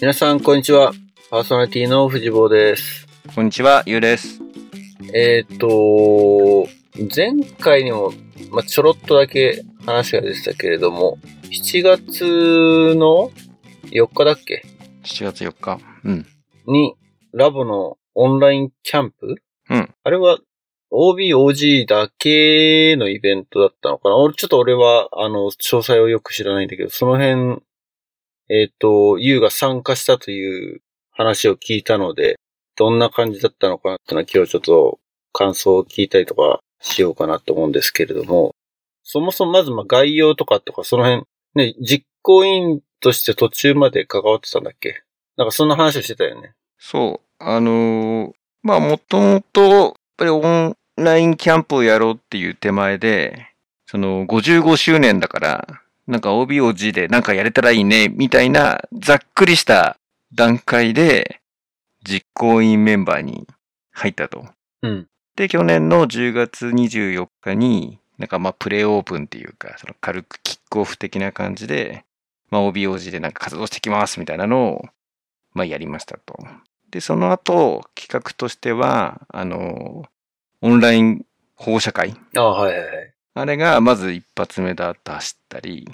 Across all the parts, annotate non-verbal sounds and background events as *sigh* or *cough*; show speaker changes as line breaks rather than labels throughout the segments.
皆さん、こんにちは。パーソナリティの藤坊です。
こんにちは、ゆうです。
えーっと、前回にも、まあ、ちょろっとだけ話が出てたけれども、7月の4日だっけ
7月4日。うん。
に、ラボのオンラインキャンプ
うん。
あれは、OB、OG だけのイベントだったのかな俺、ちょっと俺は、あの、詳細をよく知らないんだけど、その辺、えっ、と、ユウが参加したという話を聞いたので、どんな感じだったのかなってのは今日ちょっと感想を聞いたりとかしようかなと思うんですけれども、そもそもまずまあ概要とかとかその辺、ね、実行委員として途中まで関わってたんだっけなんかそんな話をしてたよね。
そう。あのーまあ、もともと、やっぱりオンラインキャンプをやろうっていう手前で、その、55周年だから、なんか OBOG でなんかやれたらいいね、みたいな、ざっくりした段階で、実行委員メンバーに入ったと。
うん。
で、去年の10月24日に、なんかまあプレイオープンっていうか、その軽くキックオフ的な感じで、まあ OBOG でなんか活動してきますみたいなのを、まあやりましたと。で、その後、企画としては、あの、オンライン保護者会。
ああ、はいはいはい。
あれがまず一発目だと走ったり、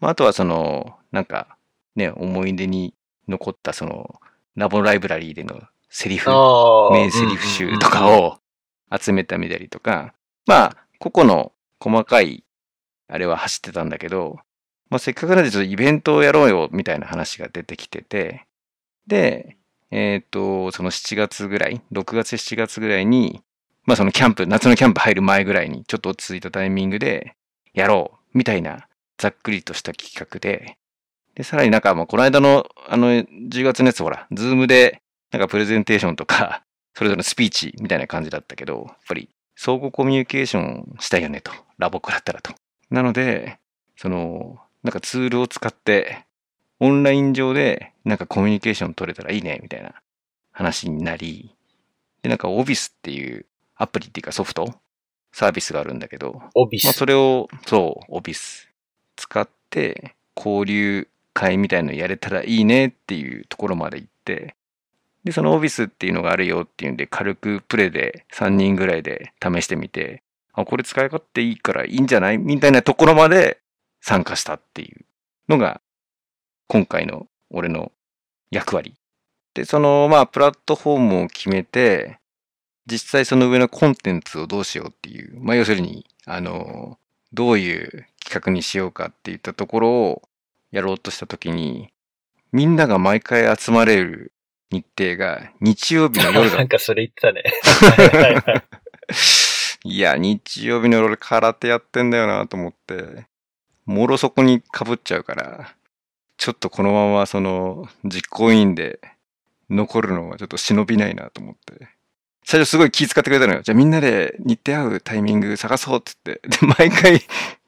まあ、あとはその、なんかね、思い出に残ったその、ラボライブラリーでのセリフ
ああ。
名セリフ集とかを集めたみたりとか、まあ、個々の細かい、あれは走ってたんだけど、まあ、せっかくなんでちょっとイベントをやろうよ、みたいな話が出てきてて、で、えっ、と、その7月ぐらい、6月7月ぐらいに、まあそのキャンプ、夏のキャンプ入る前ぐらいに、ちょっと落ち着いたタイミングで、やろう、みたいな、ざっくりとした企画で、で、さらになんか、まあ、この間の、あの、10月のやつ、ほら、ズームで、なんかプレゼンテーションとか、それぞれのスピーチみたいな感じだったけど、やっぱり相互コミュニケーションしたいよねと。ラボックだったらと。なので、その、なんかツールを使って、オンライン上でなんかコミュニケーション取れたらいいねみたいな話になり、で、なんか Obis っていうアプリっていうかソフトサービスがあるんだけど、
オビス。
まあ、それを、そう、オビス使って、交流会みたいのやれたらいいねっていうところまで行って、で、そのオビスっていうのがあるよっていうんで、軽くプレイで3人ぐらいで試してみて、あ、これ使い勝手いいからいいんじゃないみたいなところまで参加したっていうのが、今回の俺の役割。で、その、まあ、プラットフォームを決めて、実際その上のコンテンツをどうしようっていう、まあ、要するに、あの、どういう企画にしようかっていったところをやろうとしたときに、みんなが毎回集まれる日程が日曜日の夜だった
なんかそれ言ってたね。
*laughs*
*laughs* はいはいはい
いや、日曜日の夜俺空手やってんだよなと思って、もろそこに被っちゃうから、ちょっとこのままその実行委員で残るのはちょっと忍びないなと思って。最初すごい気遣ってくれたのよ。じゃあみんなで日程合うタイミング探そうって言って。で、毎回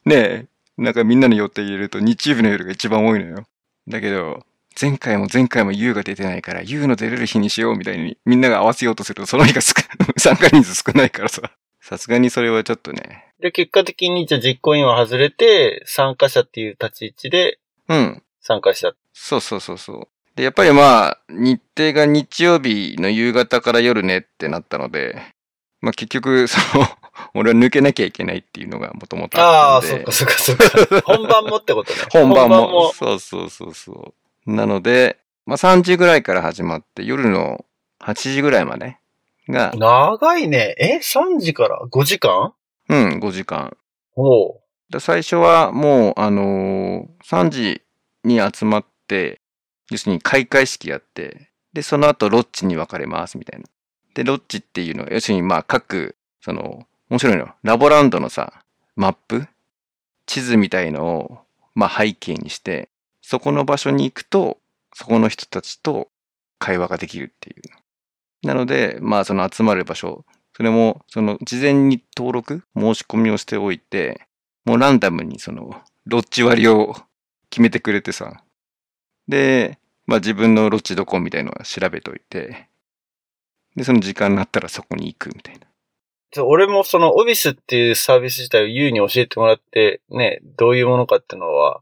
ね、なんかみんなの予定入れると日曜日の夜が一番多いのよ。だけど、前回も前回も U が出てないから U の出れる日にしようみたいにみんなが合わせようとするとその日が少 *laughs* 参加人数少ないからさ。さすがにそれはちょっとね。
で、結果的に、じゃあ実行委員は外れて、参加者っていう立ち位置で
うん。
参加した。
そうそうそうそう。で、やっぱりまあ、日程が日曜日の夕方から夜ねってなったので、まあ結局、その、 *laughs* 俺は抜けなきゃいけないっていうのがもともと
あ
あ
あ、
った
そ
の
っ
で
か。そっかそっ
*laughs*
か。本番もってことね。
本番も。そうそうそうそう。なので、まあ3時ぐらいから始まって、夜の8時ぐらいまでが、
長いね。え ?3 時から ?5 時間
うん、5時間。
おう。
で最初はもう、あのー3時に集まって、要するに開会式やって、で、その後ロッジに分かれますみたいな。で、ロッジっていうのは、要するにまあ各、その、面白いの、ラボランドのさ、マップ地図みたいのを、まあ背景にして、そこの場所に行くと、そこの人たちと会話ができるっていう。なので、まあその集まる場所、それも、その事前に登録、申し込みをしておいて、もうランダムにその、ロッジ割を決めてくれてさ。で、まあ自分のロッジどこみたいのは調べといて、で、その時間になったらそこに行くみたいな。
そう俺もその、オビスっていうサービス自体を優に教えてもらって、ね、どういうものかってのは、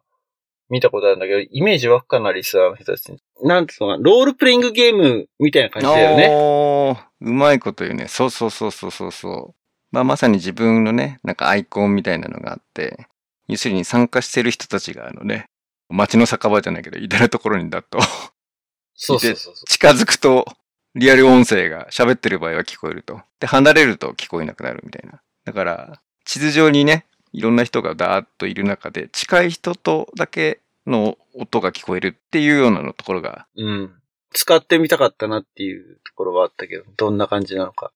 見たことあるんだけど、イメージばっかなリスナーの人たちになんつうのかな、ロールプレイングゲームみたいな感じだよね。
おーうまいこと言うね。そうそうそうそうそうそう。まあまさに自分のね、なんかアイコンみたいなのがあって、要するに参加してる人たちがあのね、街の酒場じゃないけど、至るところにだと
そうそうそうそ
近づくとリアル音声が喋ってる場合は聞こえると。で、離れると聞こえなくなるみたいな。だから、地図上にね、いろんな人がダーッといる中で、近い人とだけの音が聞こえるっていうようなのところが
う。うん。使ってみたかったなっていうところはあったけど、どんな感じなのか。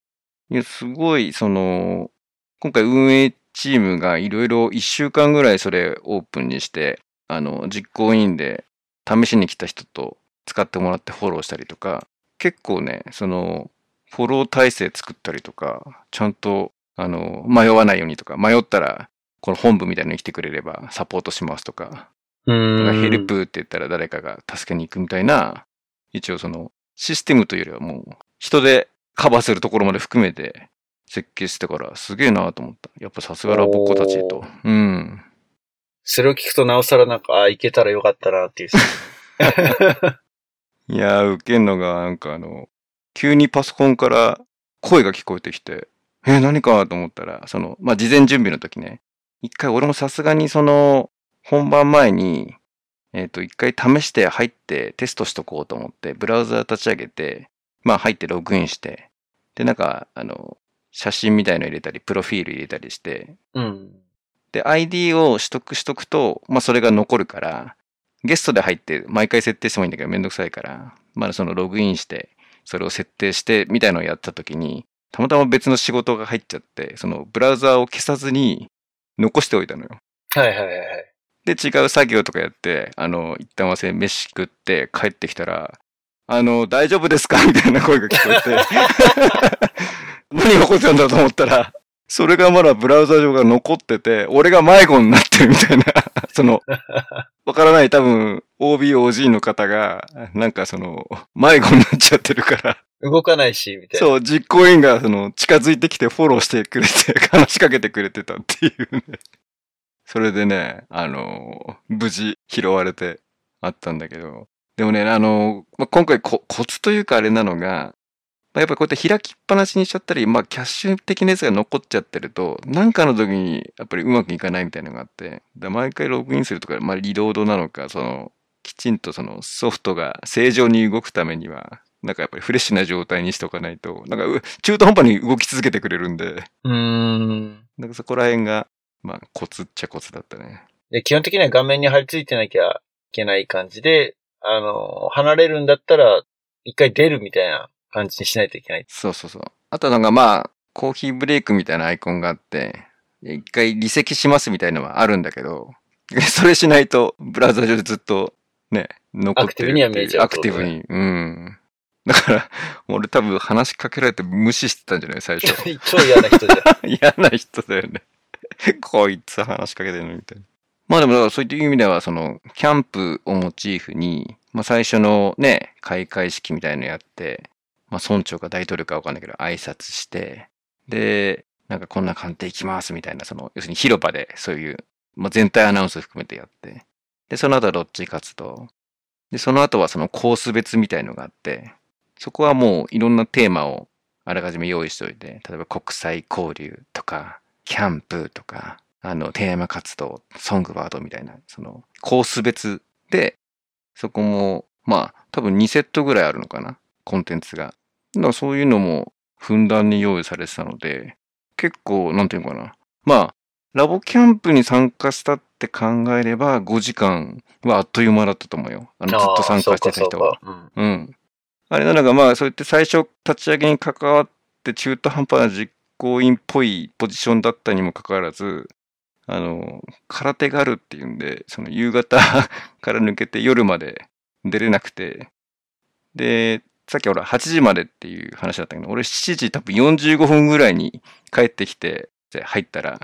いや、すごい、その、今回運営チームがいろいろ1週間ぐらいそれオープンにして、あの、実行委員で試しに来た人と使ってもらってフォローしたりとか、結構ね、その、フォロー体制作ったりとか、ちゃんと、あの、迷わないようにとか、迷ったら、この本部みたいなのに来てくれればサポートしますとか、
うーん。
ヘル。プって言ったら誰かが助けに行くみたいな、一応そのシステムというよりはもう人でカバーするところまで含めて設計してたからすげえなと思った。やっぱさすがラボっ子たちと
お。
うん。
それを聞くとなおさらなんか、ああ、いけたらよかったなって
*laughs*
いう。
いやー、受けんのがなんかあの、急にパソコンから声が聞こえてきて、え、何かと思ったら、その、まあ、事前準備の時ね、一回俺もさすがにその、本番前に、えっ、と、一回試して入ってテストしとこうと思って、ブラウザ立ち上げて、まあ入ってログインして、で、なんか、あの、写真みたいの入れたり、プロフィール入れたりして、
うん。
で、ID を取得しとくと、まあそれが残るから、ゲストで入って毎回設定してもいいんだけどめんどくさいから、まあそのログインして、それを設定してみたいのをやった時に、たまたま別の仕事が入っちゃって、そのブラウザーを消さずに残しておいたのよ。
はいはいはいはい。
で、違う作業とかやって、あの、一旦忘れ、飯食って帰ってきたら、あの、大丈夫ですかみ *laughs* たいな声が聞こえて。 *laughs* 何が起こってたんだと思ったら、それがまだブラウザ上が残ってて、俺が迷子になってるみたいな、 *laughs* その、わからない多分、OB、OG の方が、なんかその、迷子になっちゃってるから、
動かないし、みたいな。
そう、実行委員がその近づいてきてフォローしてくれて、話しかけてくれてたっていうね。 *laughs* それでね、あの、無事拾われてあったんだけど。でもね、あの、まあ、今回こコツというかあれなのが、まあやっぱりこうやって開きっぱなしにしちゃったり、まあキャッシュ的なやつが残っちゃってると、なんかの時にやっぱりうまくいかないみたいなのがあって、だから毎回ログインするとか、まあリロードなのか、その、きちんとそのソフトが正常に動くためには、なんかやっぱりフレッシュな状態にしておかないと、なんかう中途半端に動き続けてくれるんで、
うーん。
なんかそこら辺が、まあコツっちゃコツだったね。
で、基本的には画面に張り付いてなきゃいけない感じで、あの、離れるんだったら、一回出るみたいな感じにしないといけ
*laughs*
ない。
そうそうそう。あとなんかまあ、コーヒーブレイクみたいなアイコンがあって、一回離席しますみたいのはあるんだけど、 *laughs* それしないとブラウザ上でずっとね、残ってる
アクティブ
ってい
には見えちゃう
アクティブに。うん。だから、俺多分話しかけられて無視してたんじゃない最初。
超嫌な人じゃん。
*laughs* 嫌な人だよね。 *laughs* こいつ話しかけてるのみたいな。まあでもだからそういった意味では、その、キャンプをモチーフに、まあ最初のね、開会式みたいのやって、まあ村長か大統領かわかんないけど挨拶して、で、なんかこんな鑑定行きますみたいな、その、要するに広場でそういう、まあ全体アナウンス含めてやって、で、その後はロッジ活動、で、その後はそのコース別みたいのがあって、そこはもういろんなテーマをあらかじめ用意しておいて、例えば国際交流とか、キャンプとか、あの、テーマ活動、ソングワードみたいな、その、コース別で、そこも、まあ、多分2セットぐらいあるのかな、コンテンツが。だからそういうのも、ふんだんに用意されてたので、結構、なんていうのかな。まあ、ラボキャンプに参加したって考えれば、5時間はあっという間だったと思うよ。あの、ずっと参加してた人は。
あー。そうかそうか
うん。あれなのが、まあ、そうやって最初立ち上げに関わって中途半端な実行委員っぽいポジションだったにもかかわらず、あの、空手があるっていうんで、その夕方 *laughs* から抜けて夜まで出れなくて、で、さっきほら8時までっていう話だったけど、俺7時多分45分ぐらいに帰ってきて、で入ったら、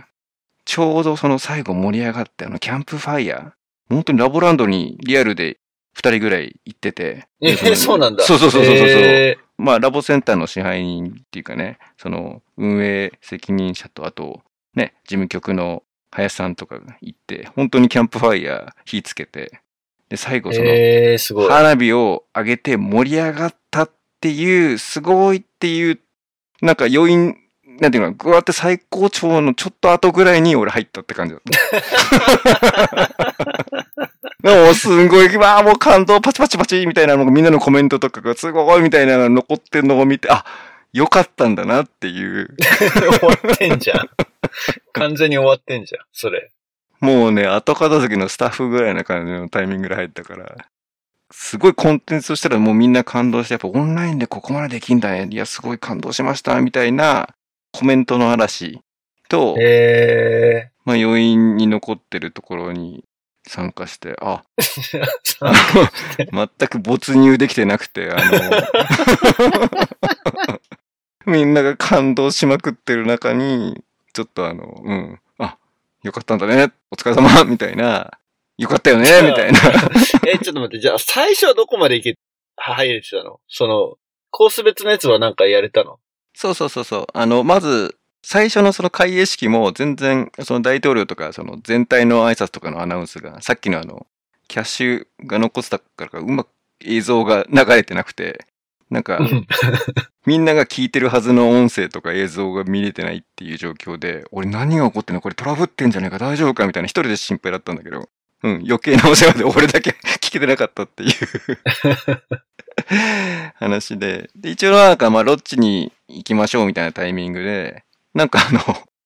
ちょうどその最後盛り上がって、あの、キャンプファイヤー、本当にラボランドにリアルで2人ぐらい行ってて、
うんえー、そうなんだ。
そうそうそうそうそうそう。
え
まあ、ラボセンターの支配人っていうかね、その運営責任者と、あと、ね、事務局の林さんとかが行って、本当にキャンプファイヤー火つけて、で、最後その、
えー、すごい。
花火を上げて盛り上がったっていう、すごいっていう、なんか余韻、なんていうのかな、ぐわって最高潮のちょっと後ぐらいに俺入ったって感じ
*laughs*
だった。でもうすごい、わあ、もう感動、パチパチパチみたいなのがみんなのコメントとかがすごいみたいなのが残ってるのを見て、あ、よかったんだなっていう。
終わってんじゃん。完全に終わってんじゃん、それ。
もうね、後片付けのスタッフぐらいな感じのタイミングで入ったから、すごいコンテンツとしたらもうみんな感動して、やっぱオンラインでここまでできんだね。いや、すごい感動しました、みたいなコメントの嵐と、
え
まあ余韻に残ってるところに参加して、あ、
ー。
あの全く没入できてなくて、あの、 *laughs* みんなが感動しまくってる中に、ちょっとあの、うん、あ、よかったんだね、お疲れ様、みたいな、よかったよね、みたいな。
*laughs* え、ちょっと待って、じゃあ最初はどこまでいけ、入れてたのその、コース別のやつはなんかやれたの
そうそうそうそう。あの、まず、最初のその開会式も全然、その大統領とか、その全体の挨拶とかのアナウンスが、さっきのあの、キャッシュが残ってたからか、うまく映像が流れてなくて、なんか、みんなが聞いてるはずの音声とか映像が見れてないっていう状況で、俺何が起こってんのこれトラブってんじゃないか大丈夫かみたいな一人で心配だったんだけど、うん、余計なお世話で *laughs* 俺だけ聞けてなかったっていう話で。で、一応なんかまあロッチに行きましょうみたいなタイミングで、なんかあの、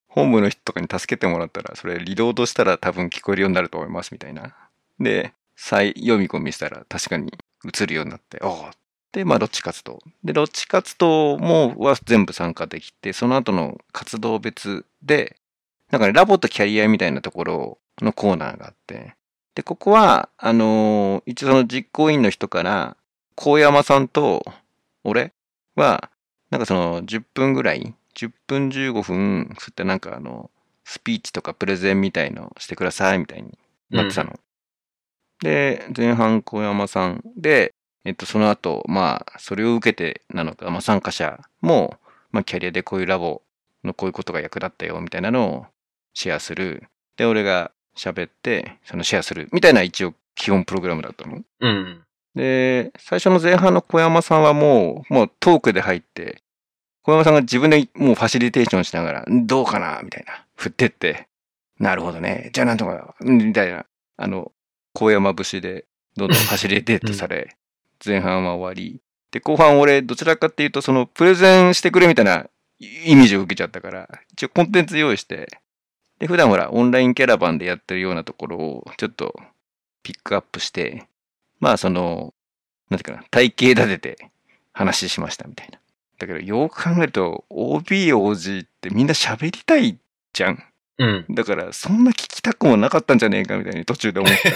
本部の人とかに助けてもらったら、それリロードしたら多分聞こえるようになると思いますみたいな。で、再読み込みしたら確かに映るようになって、おーで、まあ、ロッチ活動。で、ロッチ活動も、は全部参加できて、その後の活動別で、なんかね、ラボとキャリアみたいなところのコーナーがあって、で、ここは、あのー一応その実行委員の人から、高山さんと、俺は、なんかその、10分ぐらい、10分15分、そういったなんかあの、スピーチとかプレゼンみたいのしてください、みたいになってたの。で、前半小山さんで、えっと、その後、まあ、それを受けてなのか、まあ、参加者も、まあ、キャリアでこういうラボのこういうことが役立ったよ、みたいなのをシェアする。で、俺が喋って、そのシェアする。みたいな一応基本プログラムだったの。
うん。
で、最初の前半の小山さんはもう、もうトークで入って、小山さんが自分でもうファシリテーションしながら、んどうかなみたいな。振ってって、なるほどね。じゃあなんとか、うんみたいな。あの、小山節で、どんどんファシリテートされ、前半は終わり。で、後半俺、どちらかっていうと、その、プレゼンしてくれみたいなイメージを受けちゃったから、一応コンテンツ用意して、で、普段ほら、オンラインキャラバンでやってるようなところを、ちょっと、ピックアップして、まあその、なんていうかな、体系立てて話しましたみたいな。だけどよく考えると OB、OG ってみんな喋りたいじゃん。
うん。
だからそんな聞きたくもなかったんじゃねえかみたいに途中で思って。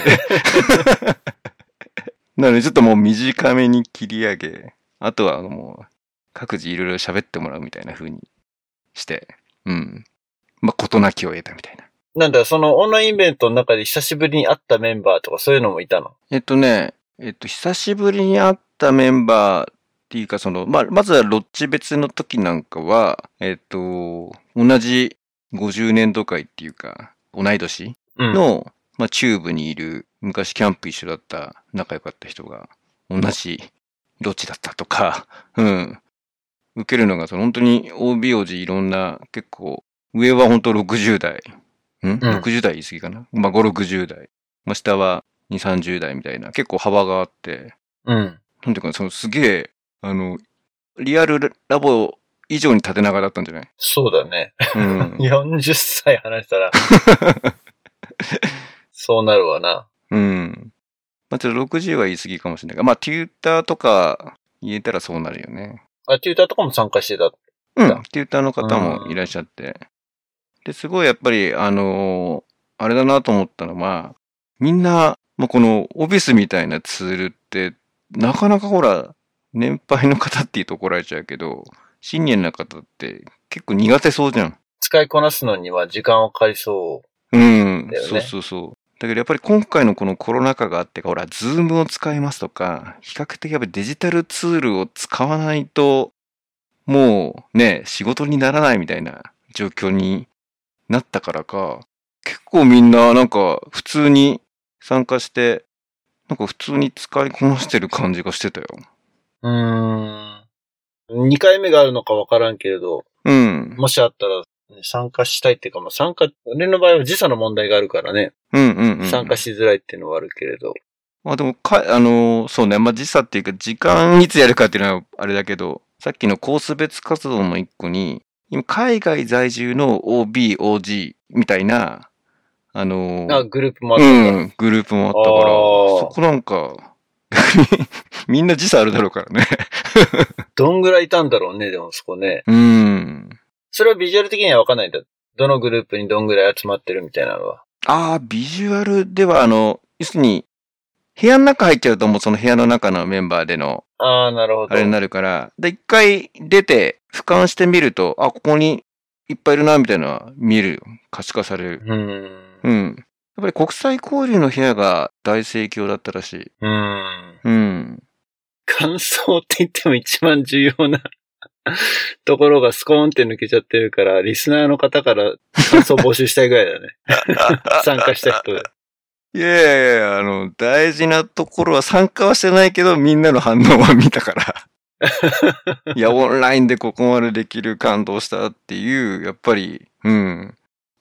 なのでちょっともう短めに切り上げ、あとはもう各自いろいろ喋ってもらうみたいな風にして、うん。まあ事なきを得たみたいな。
なんだ、そのオンラインイベントの中で久しぶりに会ったメンバーとかそういうのもいたの
えっとね、えっと、久しぶりに会ったメンバーっていうか、その、まあ、まずはロッチ別の時なんかは、えっと、同じ50年度会っていうか、同い年
うん。
の、まあ、チューブにいる、昔キャンプ一緒だった仲良かった人が、同じロッチだったとか、うん。受けるのが、その本当に OB 王子いろんな、結構、上は本当60代。ん、?60 代言い過ぎかなまあ、5、60代。まあ、下は2、30代みたいな、結構幅があって、
うん。
なんていうか、そのすげえ、あの、リアルラボ以上に縦長だったんじゃない
そうだね。 *laughs*
うん。
40歳話
*laughs*
したら、そうなるわな。
うん。まあ、ちょっと60は言い過ぎかもしれないが、まあ、テューターとか言えたらそうなるよね。
あ、テューターとかも参加してた。
うん
だ。
テューターの方もいらっしゃって。で、すごいやっぱり、あのーあれだなと思ったのは、みんな、まあ、このオフィスみたいなツールって、なかなかほら、年配の方っていうと怒られちゃうけど、新年の方って結構苦手そうじゃん。
使いこなすのには時間はかかりそ
うん、
だよね
そうそうそう。だけどやっぱり今回のこのコロナ禍があってか、ほら、ズームを使いますとか、比較的やっぱりデジタルツールを使わないと、もうね、仕事にならないみたいな状況になったからか、結構みんななんか普通に参加して、なんか普通に使いこなしてる感じがしてたよ。
うーん。2回目があるのかわからんけれど、
うん。
もしあったら、ね参加したいっていうか、まあ、参加、俺の場合は時差の問題があるからね、
うんうん、うん。
参加しづらいっていうのはあるけれど。
まあでもか、あのーそうね、まあ時差っていうか、時間いつやるかっていうのはあれだけど、さっきのコース別活動の一個に、今、海外在住の OB、OG みたいな、あのー
あ、グループもあっ
う
たから。
ん、グループもあったから、
あー
そこなんか、 *laughs* 逆にみんな時差あるだろうからね。
どんぐらいいたんだろうね、でもそこね。
うん。
それはビジュアル的にはわかんないんだ。どのグループにどんぐらい集まってるみたいなのは。
ああ、ビジュアルでは、あの、要するに、部屋の中入っちゃうともうその部屋の中のメンバーでの
ああ、なるほど。
あれになるから、で、一回出て、俯瞰してみると、あ、ここにいっぱいいるな、みたいなのは見えるよ。可視化される。
うん。
うん。やっぱり国際交流の部屋が大盛況だったらしい。
うん。
うん。
感想って言っても一番重要な *laughs* ところがスコーンって抜けちゃってるから、リスナーの方から感想募集したいぐらいだ
*laughs*
ね。参加した人で。
いやいやいや、あの、大事なところは参加はしてないけど、みんなの反応は見たから。 *laughs* いや、オンラインでここまでできる感動したっていう、やっぱり、うん。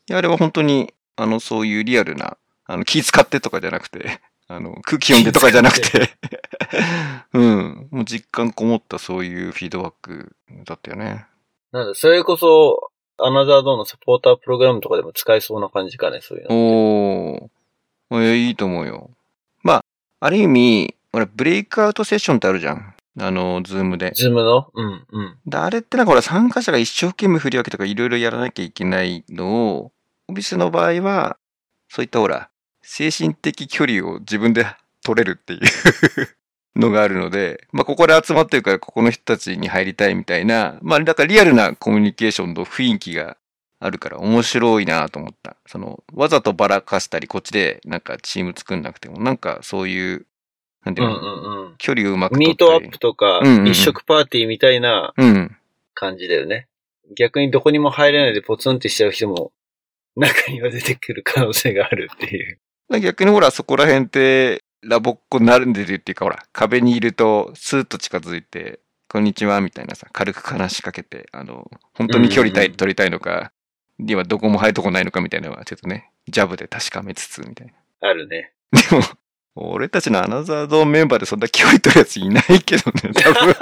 いや、あれは本当に、あの、そういうリアルな、あの、気使ってとかじゃなくて、あの、空気読んでとかじゃなくて、 *laughs* うん。もう実感こもったそういうフィードバックだったよね。
なんだ、それこそ、アナザードーンのサポータープログラムとかでも使えそうな感じかね、そういうの。
おお、えいいと思うよ。まあ、ある意味、ほら、ブレイクアウトセッションってあるじゃん。あの、ズームで。
ズームのうん、うん。
で、あれってなんかほら、参加者が一生懸命振り分けとかいろいろやらなきゃいけないのを、オフィスの場合は、そういったほら、精神的距離を自分で取れるっていうのがあるので、まあ、ここで集まってるから、ここの人たちに入りたいみたいな、まあ、だからリアルなコミュニケーションの雰囲気があるから面白いなと思った。その、わざとばらかしたり、こっちでなんかチーム作んなくても、なんかそういう、なんて
う
い
ん、
う
う
の、
ん、うん。
距離をうまく取
ミ
っ
ート
た
ア
り
ップとか、
うんうんうん
一食パーティーみたいな
うん。
感じだよね。逆にどこにも入れないでポツンってしちゃう人も、中には出てくる可能性があるっていう。
なんか逆にほら、そこら辺って、ラボっ子になるんでるっていうか、ほら、壁にいると、スーッと近づいて、こんにちは、みたいなさ、軽く話しかけて、あの、本当に距離た
うん
い
うん
取りたいのか、今どこも入るとこないのかみたいなのは、ちょっとね、ジャブで確かめつつ、みたいな。
あるね。
でも、俺たちのアナザードーンメンバーでそんな距離取るやついないけど
*laughs*
ね、多分。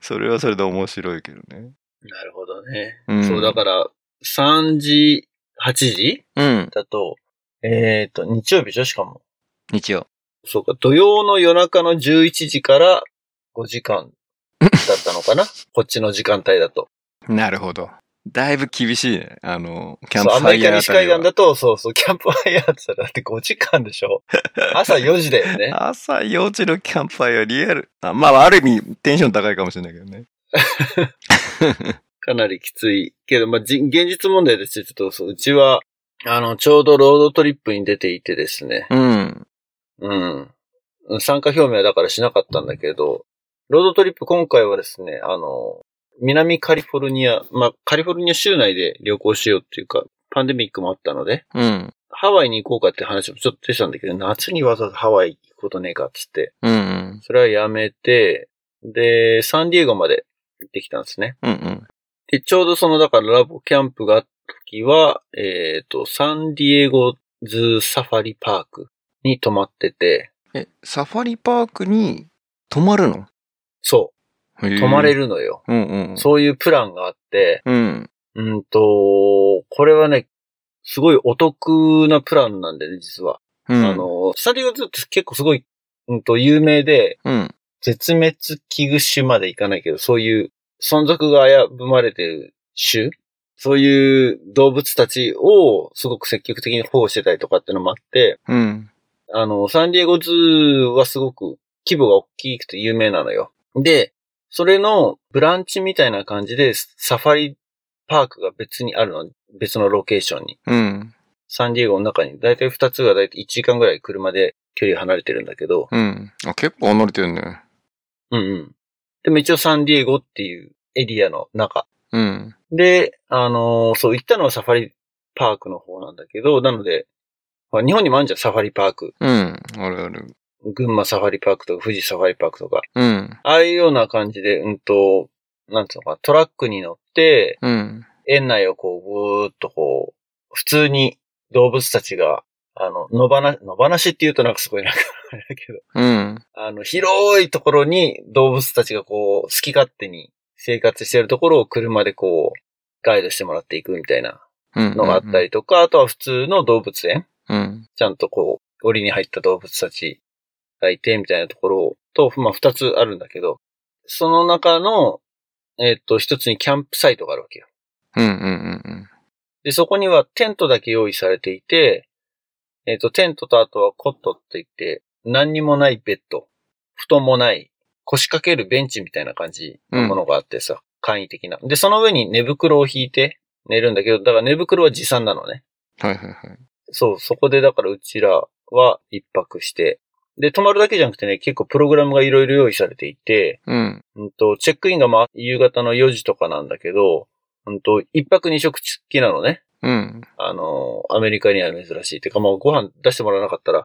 それはそれで面白いけどね。
なるほどね。
うん
そう、だから、3時、8時
うん。
だと、えっ、と、日曜日じゃしかも。
日曜。
そうか、土曜の夜中の11時から5時間だったのか *laughs* なこっちの時間帯だと。
なるほど。だいぶ厳しいね。あの、キャン
そう、
プ
ア
ファ
メ
イ
リカ
ヤーあ
西
たり
海
は
岸だと、そうそう、キャンプファイヤーって言ったらだって5時間でし *laughs* ょ朝4時だよね。
朝幼稚のキャンプファイはリアル。あまあ、ある意味テンション高いかもしれないけどね。
かなりきついけど、まあ、じ現実問題ですちょっとそう、うちは、あの、ちょうどロードトリップに出ていてですね。
うん。
うん。参加表明はだからしなかったんだけど、ロードトリップ今回はですね、あの、南カリフォルニア、まあ、カリフォルニア州内で旅行しようっていうか、パンデミックもあったので、
うん。
ハワイに行こうかって話もちょっと出てたんだけど、夏にわざわざハワイ行くことねえかっつって、
うんうん。
それはやめて、で、サンディエゴまで行ってきたんですね。
うんうん。
で、ちょうどその、だからラボキャンプがあった時は、えっ、と、サンディエゴズーサファリパークに泊まってて、
え、サファリパークに泊まるの
そう。
泊
泊まれ
る。
るのよ。
うんうん。
そういうプランがあって、
うん。
うんと、これはね、すごいお得なプランなんでね、実は。
うん。
あ、の、スタディオズって結構すごい、うんと、有名で、
うん。
絶滅危惧種までいかないけど、そういう存続が危ぶまれてる種そういう動物たちをすごく積極的に保護してたりとかってのもあって、
うん。
あの、サンディエゴズーはすごく規模が大きくて有名なのよ。で、それのブランチみたいな感じでサファリパークが別にあるの。別のロケーションに。
うん。
サンディエゴの中に、だいたい2つがだいたい1時間ぐらい車で距離離れてるんだけど、
うん。あ、結構離れてるね。
うんうん。でも一応サンディエゴっていうエリアの中。
うん。
で、あのーそう、行ったのはサファリパークの方なんだけど、なので、まあ、日本にもあるじゃん、サファリパーク。
うん。あるある。
群馬サファリパークとか、富士サファリパークとか。
うん。
ああいうような感じで、うんと、なんつうのかな、トラックに乗って、
うん。
園内をこう、ぐーっとこう、普通に動物たちが、あの、野放し、野放しって言うとなんかすごいなんか、あれだけど、
うん。
あの、広いところに動物たちがこう、好き勝手に生活してるところを車でこう、ガイドしてもらっていくみたいな
うん。
のがあったりとか、あとは普通の動物園、
うん。
ちゃんとこう、檻に入った動物たちがいて、みたいなところと、まあ、二つあるんだけど、その中の、えっと、一つにキャンプサイトがあるわけよ。
うん。うん。うん。
で、そこにはテントだけ用意されていて、えっ、と、テントとあとはコットって言って、何にもないベッド、布団もない、腰掛けるベンチみたいな感じのものがあってさ、簡易的な。で、その上に寝袋を引いて寝るんだけど、だから寝袋は持参なのね。
はいはいはい。
そう、そこでだからうちらは一泊して、で、泊まるだけじゃなくてね、結構プログラムがいろいろ用意されていて、
うん。
うんと、チェックインがまあ、夕方の4時とかなんだけど、うんと、一泊二食付きなのね。
うん。
あの、アメリカには珍しい。てか、まあ、ご飯出してもらわなかったら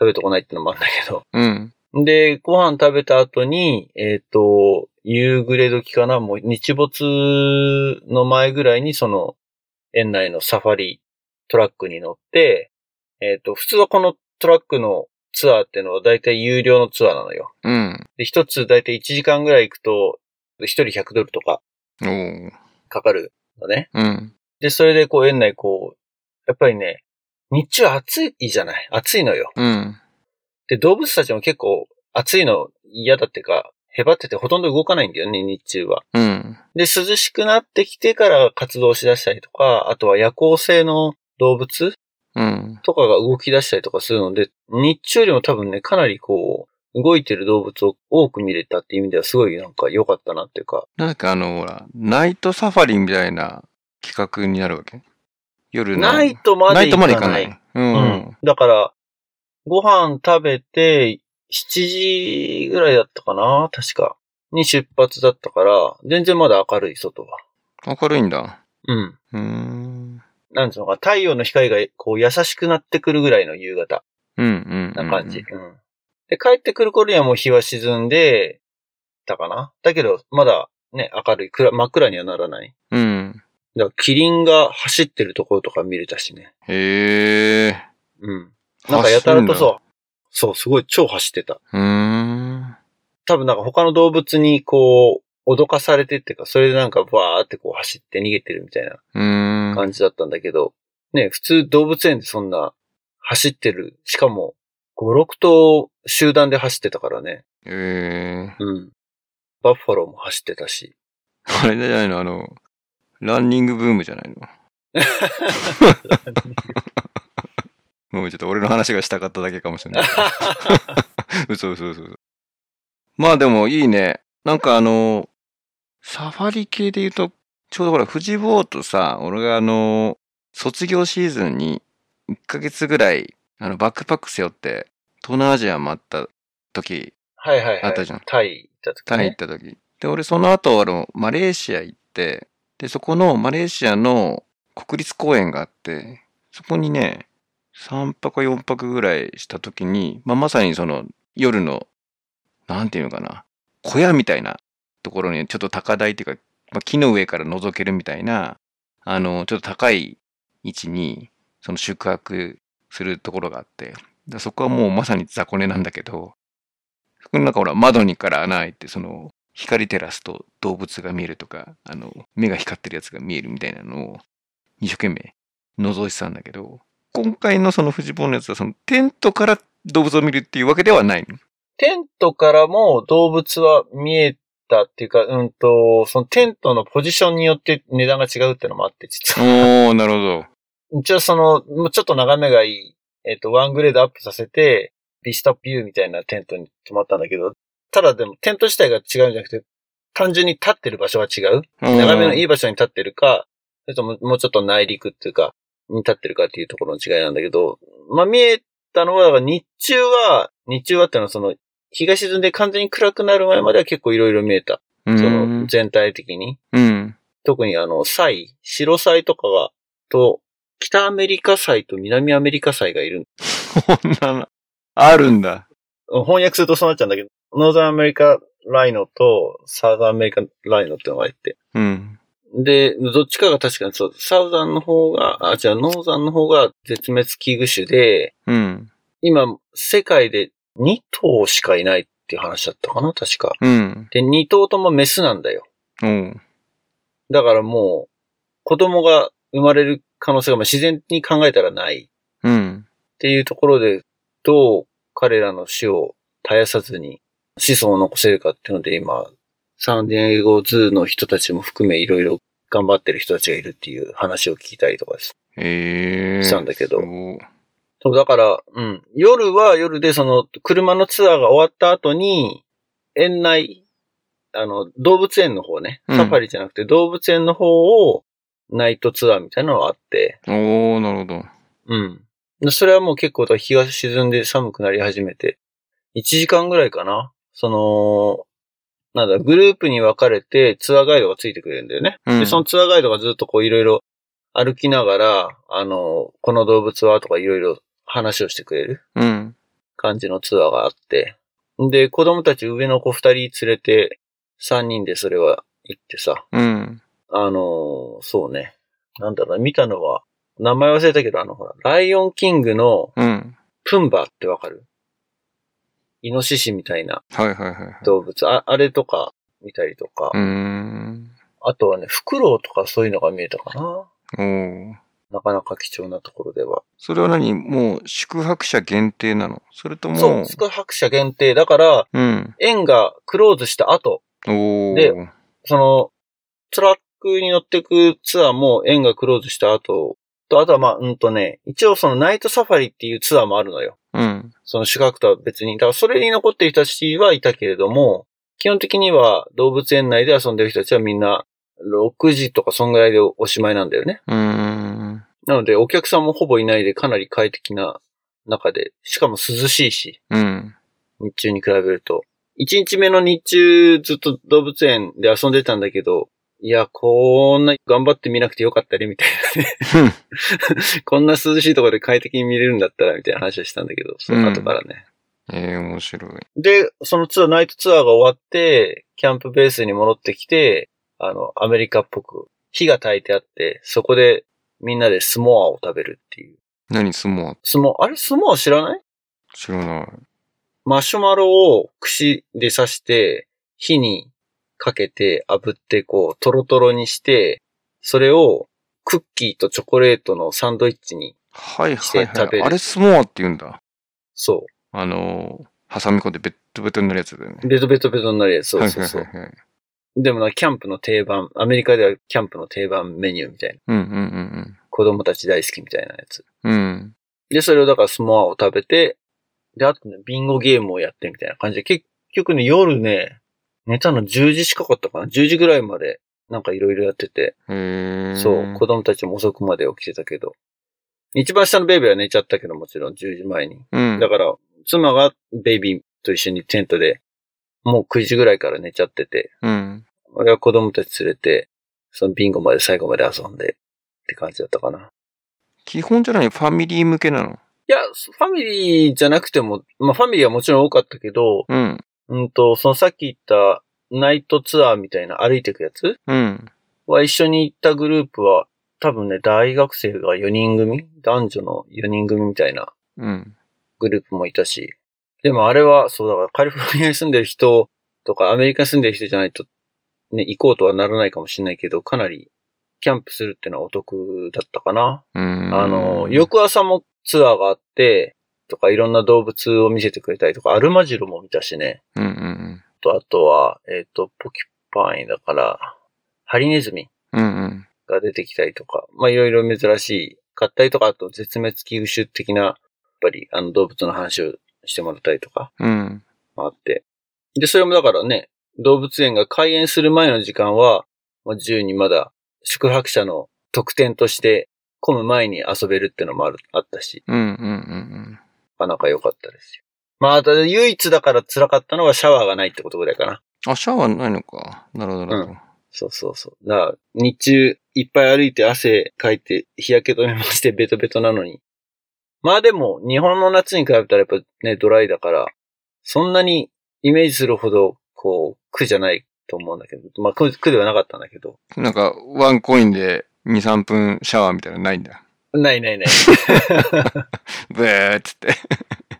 食べてこないってのもあるんだけど。
うん。
で、ご飯食べた後に、えっ、と、夕暮れ時かな、もう日没の前ぐらいに、その、園内のサファリトラックに乗って、えっ、と、普通はこのトラックのツアーってのは大体有料のツアーなのよ。
うん。
で、一つ大体1時間ぐらい行くと、一人100ドルとか
おー
かかるのね。
うん。
で、それでこう園内こう、やっぱりね、日中暑いじゃない暑いのよ。
うん。
で、動物たちも結構暑いの嫌だっていうか、へばっててほとんど動かないんだよね、日中は。
うん。
で、涼しくなってきてから活動しだしたりとか、あとは夜行性の動物
うん。
とかが動き出したりとかするので、日中よりも多分ね、かなりこう、動いてる動物を多く見れたっていう意味ではすごいなんか良かったなっていうか、
なんかあの、ほら、ナイトサファリみたいな企画になるわけ夜の。
ナイトま
ナ
で
イ
行か
トまで行か
な
ないい。。うん。
うん。だから、ご飯食べて、7時ぐらいだったかな確か。に出発だったから、全然まだ明るい、外は。
明るいんだ。
うん。
うーん。
なんつうのか、太陽の光がこう優しくなってくるぐらいの夕方
うんうん。
な感じ。うん。で、帰ってくる頃にはもう日は沈んで、たかなだけど、まだね、明るい、暗真っ暗にはならない。
うん。
だから、キリンが走ってるところとか見れたしね。
へえ。
うん。なんかやたらと
走るんだ
そう。そう、すごい超走ってた。
うーん。
多分なんか他の動物にこう、脅かされてっていうか、それでなんかバーってこう走って逃げてるみたいう
ー。
なん感じだったんだけど、ね、普通動物園でそんな走ってる、しかも5、6頭集団で走ってたからね。
ええ。
うん。バッファローも走ってたし。
あれじゃないのあの、ランニングブームじゃないのもうちょっと俺の話がしたかっただけかもしれない。嘘嘘嘘嘘。まあでもいいね。なんかあの、サファリ系で言うと、ちょうどほら、フジボーとさ、俺があの、卒業シーズンに1ヶ月ぐらい、あの、バックパック背負って、東南アジア回った時、
はいはいはい。
あったじゃん
タイだった
タイ行っ
ね。
た時。で、俺その後、あの、マレーシア行って、で、そこのマレーシアの国立公園があって、そこにね、3泊か4泊ぐらいした時に、まあ、まさにその夜の、なんていうのかな、小屋みたいなところにちょっと高台っていうか、まあ、木の上から覗けるみたいな、あの、ちょっと高い位置に、その宿泊するところがあって、でそこはもうまさに雑魚寝なんだけど、そこの中ほら窓にから穴開いてその光照らすと動物が見えるとかあの目が光ってるやつが見えるみたいなのを一生懸命覗いてたんだけど今回のそのフジボンのやつはそのテントから動物を見るっていうわけではないの
テントからも動物は見えたっていうか、うんと、そのテントのポジションによって値段が違うってのもあって、実は。
おーなるほど
一応その、もうちょっと眺めがいい、えっ、と、ワングレードアップさせて、ビスタビューみたいなテントに泊まったんだけど、ただでもテント自体が違うんじゃなくて、単純に立ってる場所が違う。眺めのいい
い
場所に立ってるか、それとももうちょっと内陸っていうか、に立ってるかっていうところの違いなんだけど、まあ見えたのは、だから日中は、日中はってのはその、日が沈んで完全に暗くなる前までは結構いろいろ見えた。
う
そ
ん
の、全体的に。
うん
特にあの、サイ、白サイとかが、と、北アメリカ祭と南アメリカ祭がいる。
こんなの、あるんだ。
翻訳するとそうなっちゃうんだけど、ノーザンアメリカライノとサウザンアメリカライノってのがいて。
うん。
で、どっちかが確かにそう、サウザンの方が、あ、じゃあノーザンの方が絶滅危惧種で、
うん。
今、世界で2頭しかいないっていう話だったかな、確か。
うん。
で、2頭ともメスなんだよ。
おう
だからもう、子供が生まれる可能性がまあ自然に考えたらない
うん。
っていうところで、どう彼らの死を絶やさずに子孫を残せるかっていうので、今、サンディエゴズーの人たちも含めいろいろ頑張ってる人たちがいるっていう話を聞いたりとかです
ええー。
したんだけど
すごい
そう、だから、うん。夜は夜で、その、車のツアーが終わった後に、園内、あの、動物園の方ね、
うん
サファリじゃなくて動物園の方を、ナイトツアーみたいなのがあって、
おー、なるほど。
うん。でそれはもう結構、日が沈んで寒くなり始めて、1時間ぐらいかな。その、なんだ、グループに分かれてツアーガイドがついてくれるんだよね。
うん
で、そのツアーガイドがずっとこういろいろ歩きながら、あの、この動物はとかいろいろ話をしてくれる
うん。
感じのツアーがあって。で、子供たち上の子二人連れて、三人でそれは行ってさ、
うん。
あのーそうね。なんだろう、見たのは、名前忘れたけど、あの、ほら、ライオンキングの
うん。
プンバってわかるイノシシみたいな
はいはいはいはい。
動物、ああれとか見たりとか、
うーん。
あとはね、フクロウとかそういうのが見えたかな。
おー。
なかなか貴重なところでは。
それは何もう宿泊者限定なのそれとも、
そう、宿泊者限定。だから、
うん。
園がクローズした後、
おー。
でその、トラックに乗ってくツアーも園がクローズした後、と、あとはまあ、うんとね、一応そのナイトサファリっていうツアーもあるのよ。
うん。
その宿泊とは別に。だからそれに残っている人たちはいたけれども、基本的には動物園内で遊んでる人たちはみんな6時とかそんぐらいでおしまいなんだよね。
うーん。
なのでお客さんもほぼいないでかなり快適な中で、しかも涼しいし、
うん。
日中に比べると。一日目の日中ずっと動物園で遊んでたんだけど、いや、こんな頑張って見なくてよかったりみたいなね。 *laughs* こんな涼しいところで快適に見れるんだったらみたいな話をしたんだけど、その後からね。
ええー、面白い。
で、そのツアー、ナイトツアーが終わって、キャンプベースに戻ってきて、あの、アメリカっぽく火が焚いてあって、そこでみんなでスモアを食べるっていう。
何スモア
スモア、あれスモア知らない
知らない。
マシュマロを串で刺して、火にかけて炙ってこう、トロトロにして、それをクッキーとチョコレートのサンドイッチに、
はいはい
して食
は
べ
い。
る
あれスモアって言うんだ。
そ
あのー、挟み込んでベッドベトになるやつだよね
う、。ベトベトベトになるやつ。そうそうそう。
はいはいはいはい。
でもな、キャンプの定番、アメリカではキャンプの定番メニューみたいな。
うんうん
子供たち大好きみたいなやつ。
うんうん。うん。
で、それをだからスモアを食べて、で、あとね、ビンゴゲームをやってみたいな感じで、結局ね、夜ね、寝たの10時近かったかな ?10 時ぐらいまで、なんかいろいろやってて、
へえ。
そう、子供たちも遅くまで起きてたけど。一番下のベイビーは寝ちゃったけど、もちろん10時前に。
うん。
だから、妻がベイビーと一緒にテントで、もう9時ぐらいから寝ちゃってて、
うん。
俺は子供たち連れて、そのビンゴまで最後まで遊んで、って感じだったかな。
基本じゃないファミリー向けなの。
いや、ファミリーじゃなくても、まあファミリーはもちろん多かったけど、
うん。
うんと、そのさっき言ったナイトツアーみたいな歩いてくやつ
うん。
は一緒に行ったグループは、多分ね、大学生が4人組男女の4人組みたいな
うん。
グループもいたし。でもあれは、そうだからカリフォルニアに住んでる人とかアメリカに住んでる人じゃないとね、行こうとはならないかもしれないけど、かなりキャンプするってのはお得だったかな。
うん。
あの、翌朝もツアーがあって、とかいろんな動物を見せてくれたりとか、アルマジロも見たしね。
うんうん
と、あとは、えっ、と、ポキパインだから、ハリネズミ
うん。うんうん。
が出てきたりとか、まあいろいろ珍しい、合体とか、あと絶滅危惧種的な、やっぱりあの動物の話をしてもらったりとか、
うん。
あって。で、それもだからね、動物園が開園する前の時間は、まあ、自由にまだ宿泊者の特典として混む前に遊べるってのもある、あったし、
うんうんうん
なかなか良かったですよ。まあ、ただ唯一だから辛かったのはシャワーがないってことぐらいかな。
うん。あ、シャワーないのか。なるほど、なるほど。
そうそうそう。だから、日中いっぱい歩いて汗かいて日焼け止めもしてベトベトなのに。まあでも、日本の夏に比べたらやっぱね、ドライだから、そんなにイメージするほど、こう、苦じゃないと思うんだけど、まあ苦苦ではなかったんだけど。
なんか、ワンコインで2、3分シャワーみたいなのないんだ。
ないないない。
ブーっつって。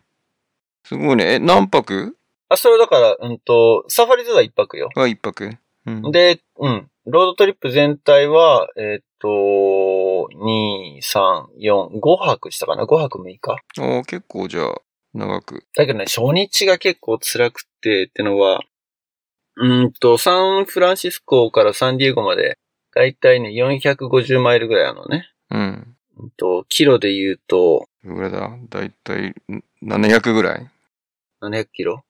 *laughs* すごいね。え、何泊
あ、それはだから、うんと、サファリツアー一泊よ。
は一泊。うん、
で、うん。ロードトリップ全体は、えーっと、2、3、4、5泊したかな ?5 泊6日
おー結構じゃあ、長く。
だけどね、初日が結構辛くてってのは、うーんと、サンフランシスコからサンディエゴまで、だいたいね、450マイルぐらいあるのね。
うん。
うんと、キロで言うと、
どれぐらいだだいたいん700ぐらい
700キロ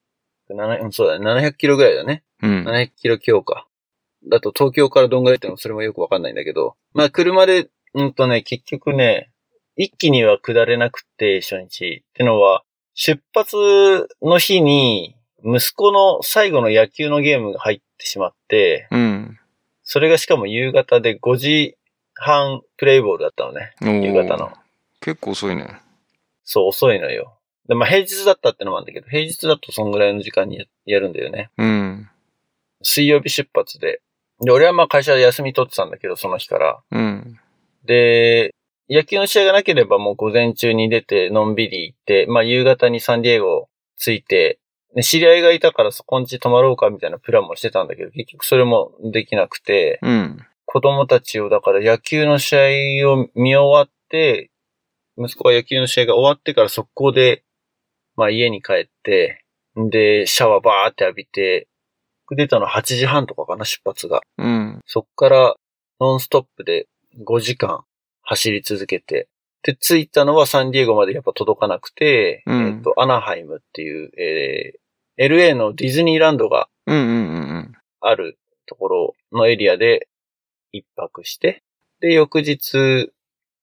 7うんそうだね、700キロぐらいだね。
うん。
700キロ強か。だと東京からどんぐらいってのもそれもよくわかんないんだけど。まあ車で、うんとね、結局ね、一気には下れなくて、初日。ってのは、出発の日に、息子の最後の野球のゲームが入ってしまって、
うん。
それがしかも夕方で5時半プレイボールだったのね。
おー
夕方の。
結構遅いね。
そう、遅いのよ。で、まあ平日だったってのもあるんだけど、平日だとそんぐらいの時間にややるんだよね。
うん。
水曜日出発で。で、俺はまあ会社で休み取ってたんだけど、その日から。
うん。
で、野球の試合がなければもう午前中に出て、のんびり行って、まあ夕方にサンディエゴ着いて、で知り合いがいたからそこんち泊まろうかみたいなプランもしてたんだけど、結局それもできなくて、
うん。
子供たちをだから野球の試合を見終わって、息子は野球の試合が終わってから速攻で、まあ家に帰って、で、シャワーバーって浴びて、出たの8時半とかかな、出発が。
うん。
そっからノンストップで5時間走り続けて、で、着いたのはサンディエゴまでやっぱ届かなくて、
うん
えっ、と、アナハイムっていう、えー LA のディズニーランドが
うんうんうんうん。
あるところのエリアで一泊して、で、翌日、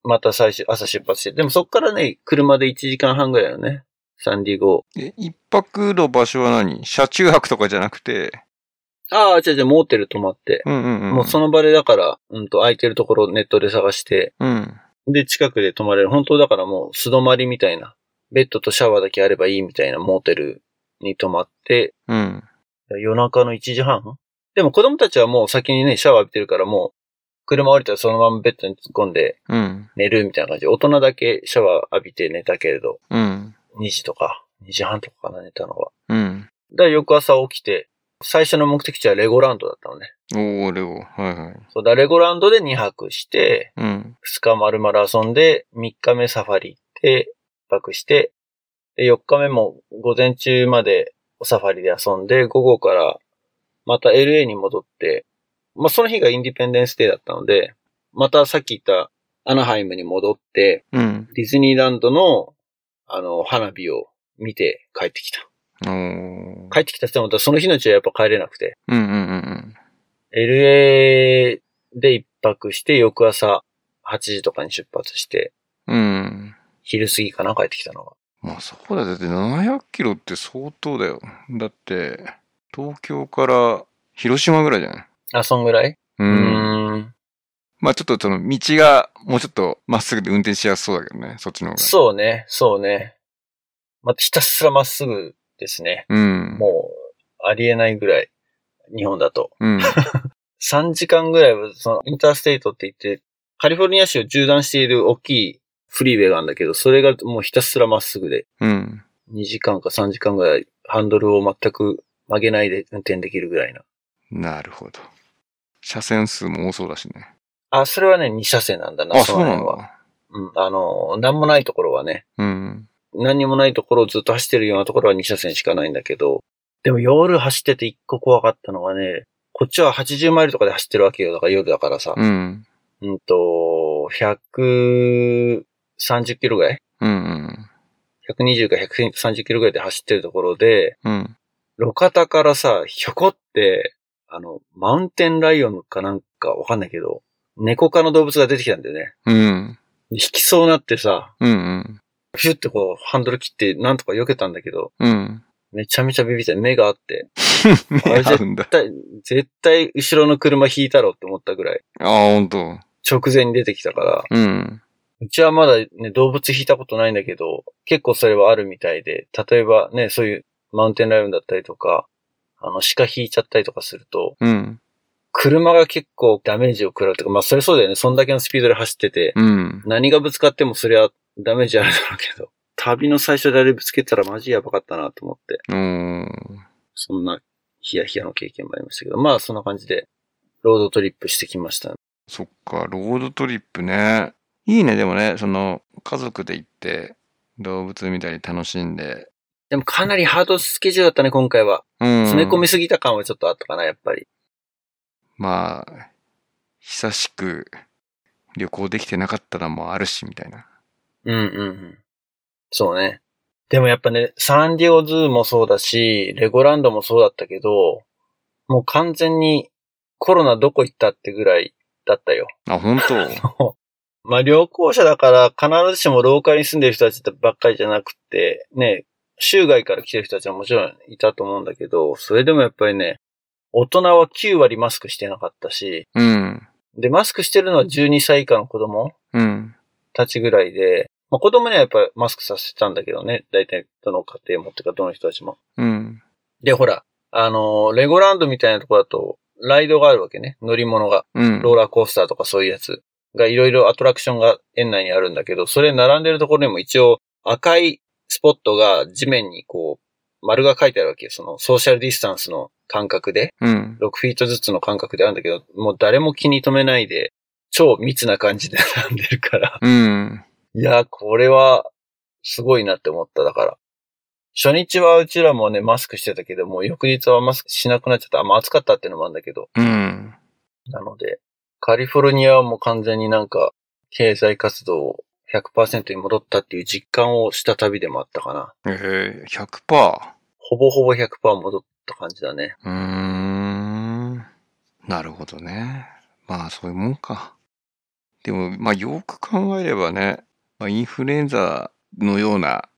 また最初、朝出発して、でもそっからね、車で1時間半ぐらいのね、サンディエゴ。
え、一泊の場所は何車中泊とかじゃなくて。
ああ、違う違う、モーテル泊まって、
うんうんうん。
もうその場でだから、うんと、空いてるところをネットで探して、
うん。
で、近くで泊まれる。本当だからもう素泊まりみたいな。ベッドとシャワーだけあればいいみたいなモーテルに泊まって、
うん。
夜中の1時半でも子供たちはもう先にね、シャワー浴びてるからもう、車降りたらそのままベッドに突っ込んで
うん。
寝るみたいな感じで、大人だけシャワー浴びて寝たけれど、
うん。
2時とか、2時半とかかな、寝たのは。
うん。
だから翌朝起きて、最初の目的地はレゴランドだったのね。
おー、レゴ。はいはい。
そうだ、レゴランドで2泊して、
うん。
二日丸々遊んで、三日目サファリ行って、一泊して、で、四日目も午前中までサファリで遊んで、午後からまた LA に戻って、まあ、その日がインディペンデンスデーだったので、またさっき言ったアナハイムに戻って、
うん。
ディズニーランドの、あの、花火を見て帰ってきた。
おー。
帰ってきたって言ってもまたその日のうちはやっぱ帰れなくて、
うんうん
LA で一泊して、翌朝8時とかに出発して、
うんうん。うん。
昼過ぎかな、帰ってきたのは。
まあそうだよ。だって700キロって相当だよ。だって、東京から広島ぐらいじゃない。
あ、そんぐらいううんーん。
まあちょっとその道がもうちょっとまっすぐで運転しやすそうだけどね。そっちの方が。
そうね、そうね。まあ、ひたすらまっすぐですね。
うん。
もう、ありえないぐらい。日本だと。
うん。
3時間ぐらいは、その、インターステイトって言って、カリフォルニア州を縦断している大きいフリーウェイがあるんだけど、それがもうひたすらまっすぐで、
うん。
2時間か3時間ぐらい、ハンドルを全く曲げないで運転できるぐらいな。
なるほど。車線数も多そうだしね。
あ、それはね、2車線なんだな、
あ、そう
の
なん
辺は。
だ。
うん、あの、なんもないところはね、
うん。
何にもないところをずっと走ってるようなところは2車線しかないんだけど、でも夜走ってて一個怖かったのはね、こっちは80マイルとかで走ってるわけよ。だから夜だからさ。
うん。
うん、と、130キロぐらい
うん。
?120 か130キロぐらいで走ってるところで、
うん。
路肩からさ、ひょこって、あの、マウンテンライオンかなんかわかんないけど、猫科の動物が出てきたんだよね。
うん。
引きそうになってさ、
うん。うん。
ヒュってこうハンドル切ってなんとか避けたんだけど、
うん。
めちゃめちゃビビった。目があって。
目
*laughs* あれ
合うんだ。
絶対、絶対後ろの車引いたろって思ったぐらい。
ああ、ほんと。
直前に出てきたから。
うん。
うちはまだね、動物引いたことないんだけど、結構それはあるみたいで、例えばね、そういうマウンテンライオンだったりとか、あの、鹿引いちゃったりとかすると、
うん。
車が結構ダメージを食らうとか、まあそれそうだよね。そんだけのスピードで走ってて、
うん。
何がぶつかってもそりゃダメージあるだろうけど、旅の最初であれぶつけたらマジやばかったなと思って、
うーん。
そんなヒヤヒヤの経験もありましたけど、まあそんな感じで、ロードトリップしてきました。
そっか、ロードトリップね。いいね、でもね、その、家族で行って、動物見たり楽しんで。
でもかなりハードスケジュールだったね、今回は。
うん。
詰め込みすぎた感はちょっとあったかな、やっぱり。
まあ、久しく旅行できてなかったのもあるし、みたいな。
うんうんうん。そうね。でもやっぱね、サンディオズーもそうだし、レゴランドもそうだったけど、もう完全にコロナどこ行ったってぐらいだったよ。
あ、本
*laughs*
当
まあ旅行者だから必ずしもローカルに住んでる人たちばっかりじゃなくて、ね、州外から来てる人たちはもちろんいたと思うんだけど、それでもやっぱりね、大人は9割マスクしてなかったし、
うん。
で、マスクしてるのは12歳以下の子供
うん。
たちぐらいで、まあ、子供にはやっぱりマスクさせてたんだけどね。大体どの家庭もってかどの人たちも。
うん。
で、ほら、あのーレゴランドみたいなとこだと、ライドがあるわけね。乗り物が。
うん。
ローラーコースターとかそういうやつがいろいろアトラクションが園内にあるんだけど、それ並んでるところにも一応赤いスポットが地面にこう、丸が書いてあるわけよ。そのソーシャルディスタンスの感覚で、
うん。
6フィートずつの感覚であるんだけど、もう誰も気に留めないで、超密な感じで並んでるから。
うん。
いや、これは、すごいなって思った。だから。初日はうちらもね、マスクしてたけど、もう翌日はマスクしなくなっちゃった。あ、まあ暑かったっていうのもあるんだけど。
うん。
なので、カリフォルニアはもう完全になんか、経済活動を100%に戻ったっていう実感をした旅でもあったかな。
えー、100%。
ほぼほぼ100%戻った感じだね。
うーん。なるほどね。まあそういうもんか。でも、まあよく考えればね、まあ、インフルエンザのような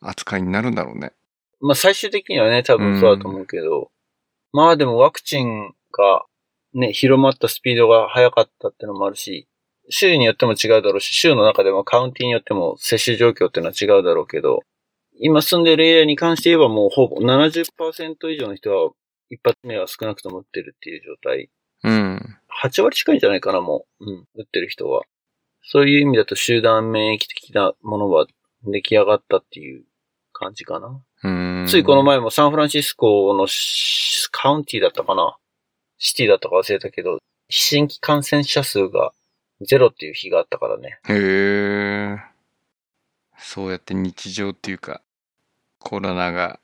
扱いになるんだろうね。
まあ最終的にはね、多分そうだと思うけど、まあでもワクチンがね、広まったスピードが速かったってのもあるし、州によっても違うだろうし、州の中でもカウンティによっても接種状況っていうのは違うだろうけど、今住んでるエリアに関して言えばもうほぼ70%以上の人は一発目は少なくとも打ってるっていう状態。
うん。
8割近いんじゃないかな、もう。うん、打ってる人は。そういう意味だと集団免疫的なものは出来上がったっていう感じかな。
うーん。
ついこの。前もサンフランシスコのシカウンティだったかなシティだったか忘れたけど、新規感染者数がゼロっていう日があったからね。
へえ。そうやって日常っていうか、コロナが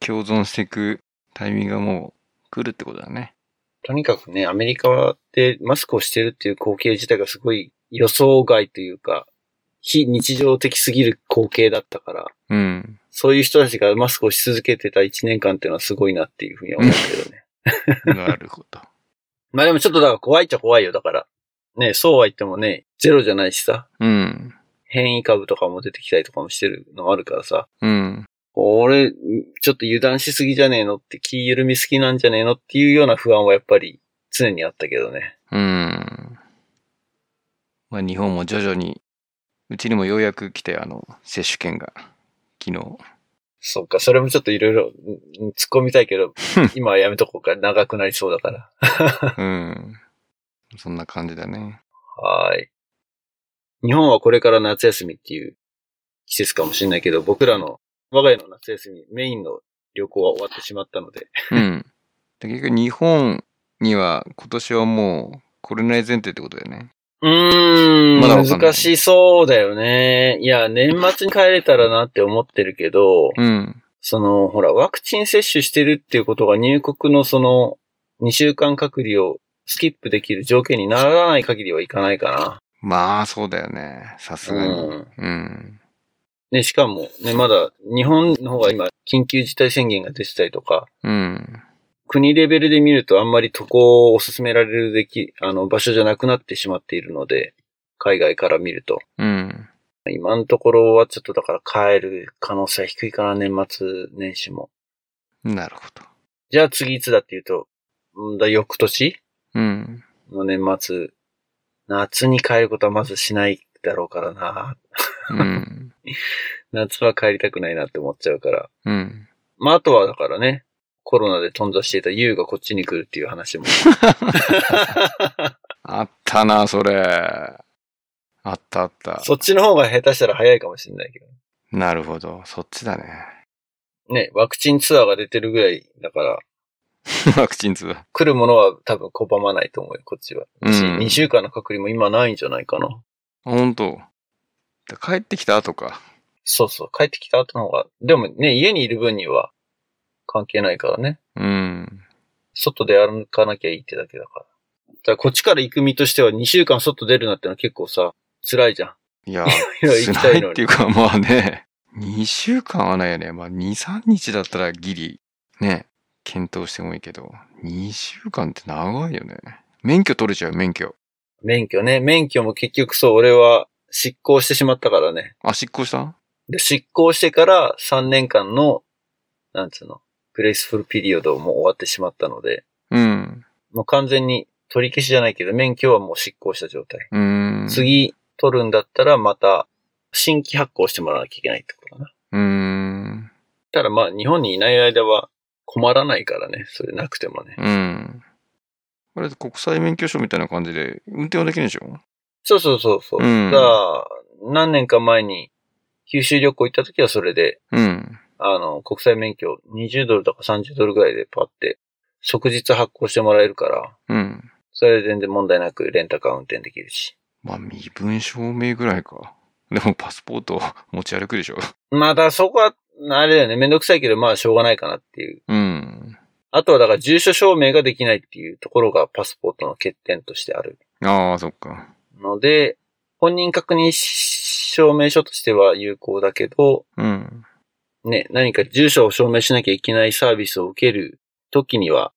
共存していくタイミングがもう来るってことだね。
とにかくね、アメリカでマスクをしてるっていう光景自体がすごい予想外というか、非日常的すぎる光景だったから、
うん。
そういう人たちがマスクをし続けてた1年間っていうのはすごいなっていうふうには思うけどね。
なるほど。
まあでもちょっとだから怖いっちゃ怖いよ、だから。ね、そうは言ってもね、ゼロじゃないしさ、
うん。
変異株とかも出てきたりとかもしてるのもあるからさ、
うん。
俺、ちょっと油断しすぎじゃねえのって、気緩みすぎなんじゃねえのっていうような不安はやっぱり常にあったけどね。
うん。まあ日本も徐々に、うちにもようやく来て、あの、接種券が、昨日。
そっか、それもちょっといろいろうん突っ込みたいけど、今はやめとこうか、長くなりそうだから。
うん。そんな感じだね。
はーい。日本はこれから夏休みっていう季節かもしれないけど、僕らの、我が家の夏休み、メインの旅行は終わってしまったので、
うん。で結局日本には今年はもうコロナ前提ってことだよね。
うーん、
まだわかんない
難しそうだよね。いや、年末に帰れたらなって思ってるけど、
うん。
その、ほら、ワクチン接種してるっていうことが入国のその、2週間隔離をスキップできる条件にならない限りはいかないか
まあそうだよね。さす
な。
がに。
うん。
うん。
ね、しかも、ね、まだ、日本の方が今、緊急事態宣言が出てたりとか、
うん。
国レベルで見るとあんまり渡航を勧められるべき、あの、場所じゃなくなってしまっているので、海外から見ると。
うん。
今のところはちょっとだから帰る可能性は低いかな、年末年始も。
なるほど。
じゃあ次いつだっていうと、んだ、翌年
うん。
の年末、夏に帰ることはまずしないだろうからな。
うん。
夏は帰りたくないなって思っちゃうから。
うん。
まあ、あとはだからね、コロナで頓挫していた優がこっちに来るっていう話も。
あったな、それ。あったあった。
そっちの方が下手したら早いかもしれないけど。
なるほど。そっちだね。
ね、ワクチンツアーが出てるぐらいだから、
*laughs* ワクチン2。
来るものは多分拒まないと思うよ、こっちは。
うん
2週間の隔離も今ないんじゃないかな。
あ、本当。だ帰ってきた後か。
そうそう、帰ってきた後の方が、でもね、家にいる分には関係ないからね。
うん。
外で歩かなきゃいいってだけだから。だからこっちから行く身としては2週間外出るなってのは結構さ、辛いじゃん。
いや、
いや、行きたい
辛い
の
ってい
に
う。か、まあね、2週間はないよね。まあ、2、3日だったらギリ、ね、検討してもいいけど、2週間って長いよね。免許取れちゃう、免許。
免許ね。免許も結局そう、俺は執行してしまったからね。
あ、執行した
で、執行してから3年間の、なんつうの、グレイスフルピリオドも終わってしまったので、
うん。
もう完全に取り消しじゃないけど、免許はもう執行した状態。
うーん。
次取るんだったらまた新規発行してもらわなきゃいけないってことかな。
うーん。
ただまあ日本にいない間は困らないからね。それなくてもね。
うん。これ国際免許証みたいな感じで、運転はできるんでしょ
そうそうそうそう。
うん
だから何年か前に九州旅行行った時はそれで、
うん。
あの、国際免許20ドルとか30ドルぐらいでパって即日発行してもらえるから、
うん。
それで全然問題なくレンタカー運転できるし。
まあ、身分証明ぐらいか。でも、パスポートを *laughs* 持ち歩くでしょ。
まあだからそこは、あれだよね。めんどくさいけど、まあしょうがないかなっていう。
うん。
あとはだから住所証明ができないっていうところがパスポートの欠点としてある
ああ、そっか。
ので、本人確認証明書としては有効だけど、
うん。
ね、何か住所を証明しなきゃいけないサービスを受ける時には、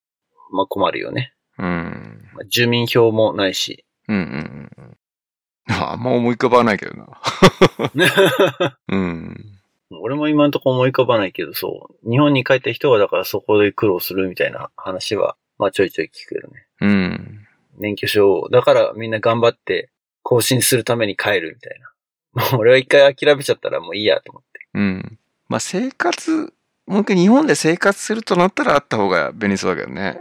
まあ困るよね。
うん。
まあ住民票もないし。 *laughs*
うんうんうん *laughs* うん。あんま思い浮かばないけどな。 *laughs* うん。
俺も今のところ思い浮かばないけど、そう。日本に帰った人はだからそこで苦労するみたいな話は、まあちょいちょい聞くよね。
うん。
免許証を。だからみんな頑張って更新するために帰るみたいな。 *laughs* もう俺は一回諦めちゃったらもういいやと思って。
うん。まあ生活、もう一回日本で生活するとなったらあった方が便利そうだけどね。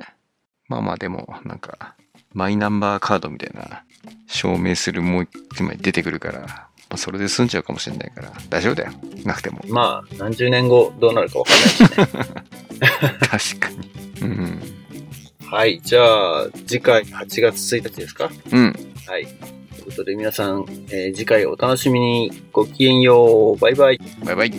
まあまあでも、なんか、マイナンバーカードみたいな、証明するもう一枚出てくるから、まあそれで済んじゃうかもしれないから、大丈夫だよ。なくても。
まあ、何十年後どうなるかわかんないしね。
確かに。うん。
はい。じゃあ、次回8月1日ですか
うん。
はい。ということで皆さん、えー次回お楽しみに。ごきげんよう。バイバイ。
バイバイ。